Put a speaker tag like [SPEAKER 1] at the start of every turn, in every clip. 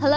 [SPEAKER 1] Hello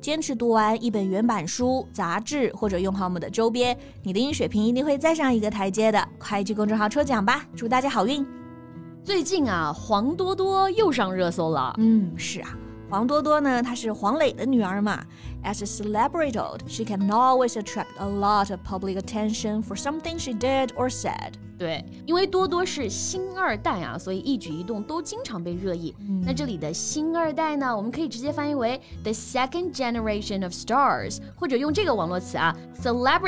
[SPEAKER 2] 坚持读完一本原版书、杂志，或者用好我们的周边，你的英语水平一定会再上一个台阶的。快去公众号抽奖吧，祝大家好运！
[SPEAKER 1] 最近啊，黄多多又上热搜了。
[SPEAKER 2] 嗯，是啊，黄多多呢，她是黄磊的女儿嘛。As a celebrity, she can always attract a lot of public attention for something she did or said。
[SPEAKER 1] 对，因为多多是星二代啊，所以一举一动都经常被热议。那这里的星二代呢，我们可以直接翻译为 the second generation of stars，或者用这个网络词啊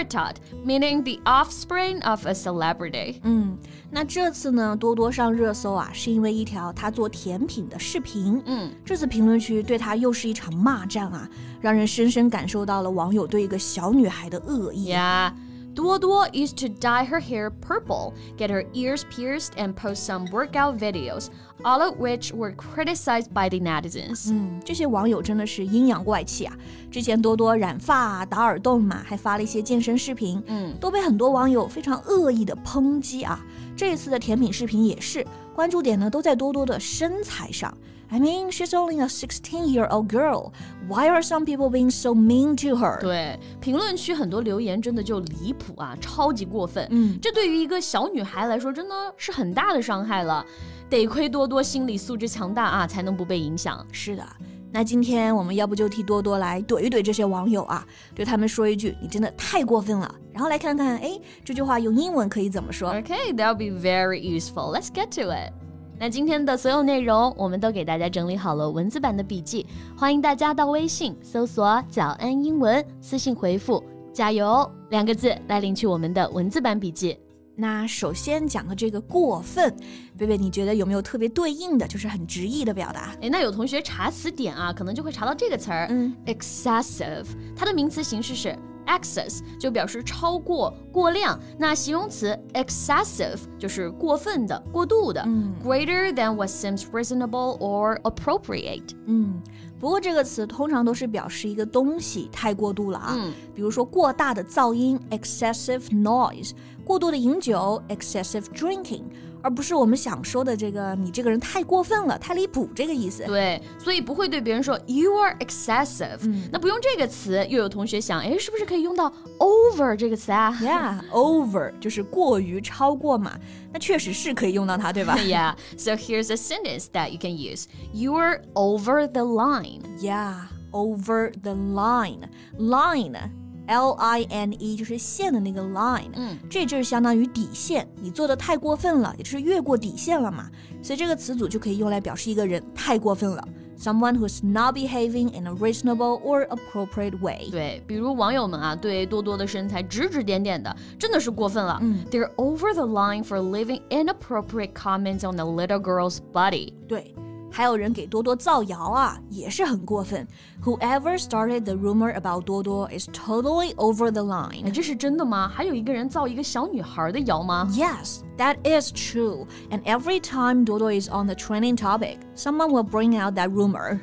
[SPEAKER 1] ，celebritod，meaning the offspring of a celebrity。
[SPEAKER 2] 嗯，那这次呢，多多上热搜啊，是因为一条他做甜品的视频。
[SPEAKER 1] 嗯，
[SPEAKER 2] 这次评论区对他又是一场骂战啊，让人深深感受到了网友对一个小女孩的恶意。
[SPEAKER 1] Yeah. Duoduo used to dye her hair purple, get her ears pierced, and post some workout videos, all of which were criticized by the netizens.
[SPEAKER 2] 嗯，这些网友真的是阴阳怪气啊！之前多多染发啊、打耳洞嘛，还发了一些健身视频，
[SPEAKER 1] 嗯，
[SPEAKER 2] 都被很多网友非常恶意的抨击啊。这一次的甜品视频也是，关注点呢都在多多的身材上。I mean, she's only a 16-year-old girl. Why are some people being so mean to her?
[SPEAKER 1] 对，评论区很多留言真的就离谱啊，超级过分。
[SPEAKER 2] 嗯
[SPEAKER 1] 这对于一个小女孩来说，真的是很大的伤害了。得亏多多心理素质强大啊，才能不被影响。
[SPEAKER 2] 是的，那今天我们要不就替多多来怼一怼这些网友啊，对他们说一句你真的太过分了，然后来看看，哎，这句话用英文可以怎么说？
[SPEAKER 1] Okay, that'll be very useful. Let's get to it. 那今天的所有内容，我们都给大家整理好了文字版的笔记，欢迎大家到微信搜索“早安英文”，私信回复“加油”两个字来领取我们的文字版笔记。
[SPEAKER 2] 那首先讲的这个过分，贝贝，你觉得有没有特别对应的，就是很直译的表达？
[SPEAKER 1] 诶，那有同学查词典啊，可能就会查到这个词儿，
[SPEAKER 2] 嗯
[SPEAKER 1] excessive，它的名词形式是 excess，就表示超过、过量。那形容词 excessive 就是过分的、过度的。
[SPEAKER 2] 嗯
[SPEAKER 1] Greater than what seems reasonable or appropriate。
[SPEAKER 2] 嗯。不过这个词通常都是表示一个东西太过度了啊，
[SPEAKER 1] 嗯
[SPEAKER 2] 比如说过大的噪音 （excessive noise），过度的饮酒 （excessive drinking），而不是我们想说的这个你这个人太过分了、太离谱这个意思。
[SPEAKER 1] 对，所以不会对别人说 you are excessive、
[SPEAKER 2] 嗯
[SPEAKER 1] 那不用这个词，又有同学想，哎，是不是可以用到 over 这个词啊？
[SPEAKER 2] Yeah，over 就是过于、超过嘛，那确实是可以用到它，对 吧
[SPEAKER 1] yeah. So here's a sentence that you can use. You are over the line.
[SPEAKER 2] ？Yeah，over the line，line，l i n e 就是线的那个 line，
[SPEAKER 1] 嗯，
[SPEAKER 2] 这就是相当于底线，你做的太过分了，也就是越过底线了嘛，所以这个词组就可以用来表示一个人太过分了，someone who's not behaving in a reasonable or appropriate way。
[SPEAKER 1] 对，比如网友们啊，对多多的身材指指点点的，真的是过分了。
[SPEAKER 2] 嗯
[SPEAKER 1] They're over the line for leaving inappropriate comments on a little girl's body.
[SPEAKER 2] 对，还有人给多多造谣啊，也是很过分。Whoever started the rumor about 多多 is totally over the
[SPEAKER 1] 哎，
[SPEAKER 2] line.
[SPEAKER 1] 这是真的吗？还有一个人造一个小女孩的谣吗？
[SPEAKER 2] Yes, that is true. And every time Dodo is on the trending topic, someone will bring out that rumor.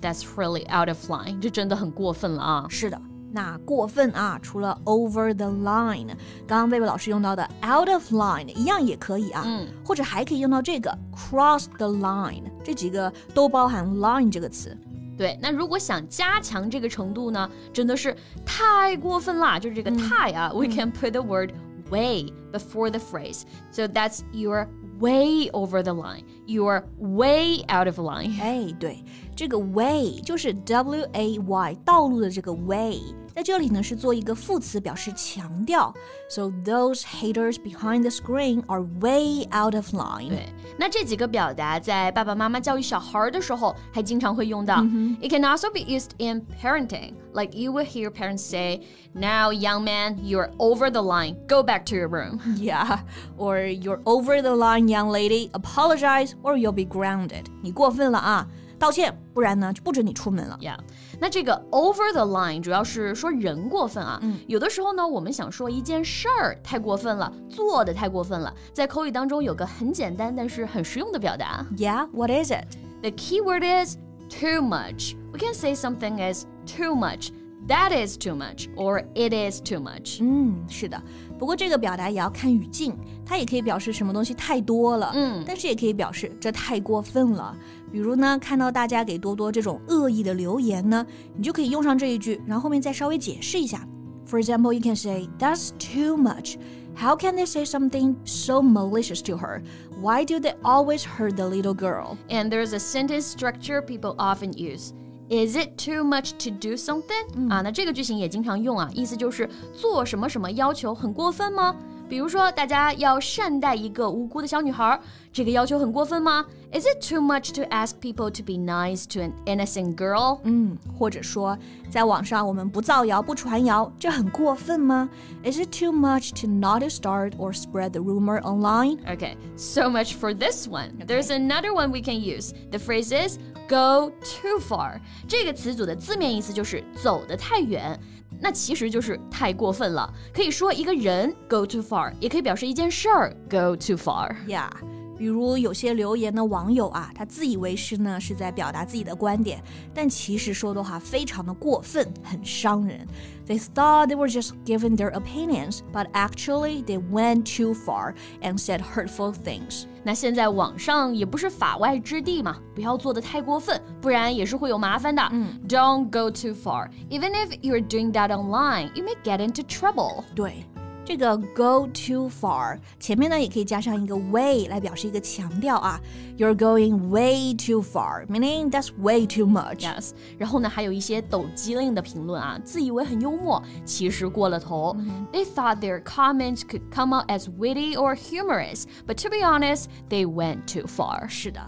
[SPEAKER 1] That's really out of line，这真的很过分了啊！
[SPEAKER 2] 是的，那过分啊，除了 over the line，刚刚魏魏老师用到的 out of line 一样也可以啊，
[SPEAKER 1] 嗯
[SPEAKER 2] 或者还可以用到这个 cross the line，这几个都包含 line 这个词。
[SPEAKER 1] 对，那如果想加强这个程度呢，真的是太过分啦！就是这个太啊、w e can put the word way before the phrase, so that's you're way over the line, you're way out of line.
[SPEAKER 2] 哎，对，这个 way 就是 w a y 道路的这个 way，在这里呢是做一个副词，表示强调。So those haters behind the screen are way out of line。
[SPEAKER 1] 对，那这几个表达在爸爸妈妈教育小孩儿的时候，还经常会用到。It can also be used in parenting, like you will hear parents say, "Now, young man, you're over the line. Go back to your room."
[SPEAKER 2] Yeah, or you're over the line, young lady. Apologize, or you'll be grounded. 你过分了啊！道歉，不然呢就不准你出门了。
[SPEAKER 1] Yeah，那这个 over the line 主要是说人过分啊。
[SPEAKER 2] 嗯
[SPEAKER 1] 有的时候呢，我们想说一件事儿太过分了，做的太过分了，在口语当中有个很简单但是很实用的表达。
[SPEAKER 2] Yeah, what is it?
[SPEAKER 1] The key word is too much. We can say something is too much, that is too much, or it is too much.
[SPEAKER 2] 嗯，是的。不过这个表达也要看语境，它也可以表示什么东西太多了，
[SPEAKER 1] 嗯
[SPEAKER 2] 但是也可以表示这太过分了。比如呢，看到大家给多多这种恶意的留言呢，你就可以用上这一句，然后后面再稍微解释一下。For example, you can say, "That's too much. How can they say something so malicious to her? Why do they always hurt the little girl?"
[SPEAKER 1] And there's a sentence structure people often use. Is it too much to do something？、啊，那这个句型也经常用啊，意思就是做什么什么要求很过分吗？比如说，大家要善待一个无辜的小女孩，这个要求很过分吗？Is it too much to ask people to be nice to an innocent girl？
[SPEAKER 2] 嗯，或者说，在网上我们不造谣、不传谣，这很过分吗？Is it too much to not start or spread the rumor online？
[SPEAKER 1] Okay, so much for this one. There's another one we can use. The phrase is go too far. 这个词组的字面意思就是走得太远，那其实就是太过分了。可以说一个人 go too far，也可以表示一件事儿 go too far。
[SPEAKER 2] 呀比如有些留言的网友啊，他自以为是呢是在表达自己的观点，但其实说的话非常的过分，很伤人。They thought they were just giving their opinions, but actually they went too far and said hurtful things.
[SPEAKER 1] 那现在网上也不是法外之地嘛，不要做得太过分，不然也是会有麻烦的。Don't go too far. Even if you're doing that online, you may get into trouble.
[SPEAKER 2] 对，这个 go too far 前面呢也可以加上一个 way 来表示一个强调啊。You're going way too far, meaning that's way too much.
[SPEAKER 1] Yes，然后呢，还有一些抖机灵的评论啊，自以为很幽默，其实过了头。They thought their comments could come out as witty or humorous, but to be honest, they went too far.
[SPEAKER 2] 是的，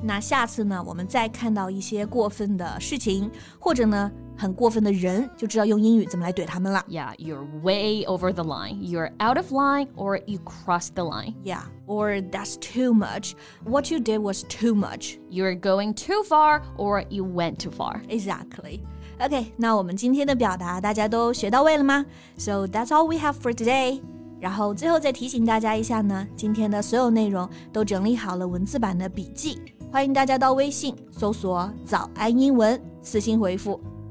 [SPEAKER 2] 那下次呢，我们再看到一些过分的事情，或者呢很过分的人，就知道用英语怎么来怼他们了。
[SPEAKER 1] Yeah, you're way over the line. You're out of line, or you crossed the line.
[SPEAKER 2] Yeah, or that's too much. What you did was too much.
[SPEAKER 1] You're going too far, or you went too far.
[SPEAKER 2] Exactly. OK，那我们今天的表达大家都学到位了吗？So that's all we have for today. 然后最后再提醒大家一下呢，今天的所有内容都整理好了文字版的笔记，欢迎大家到微信搜索“早安英文”，私信回复“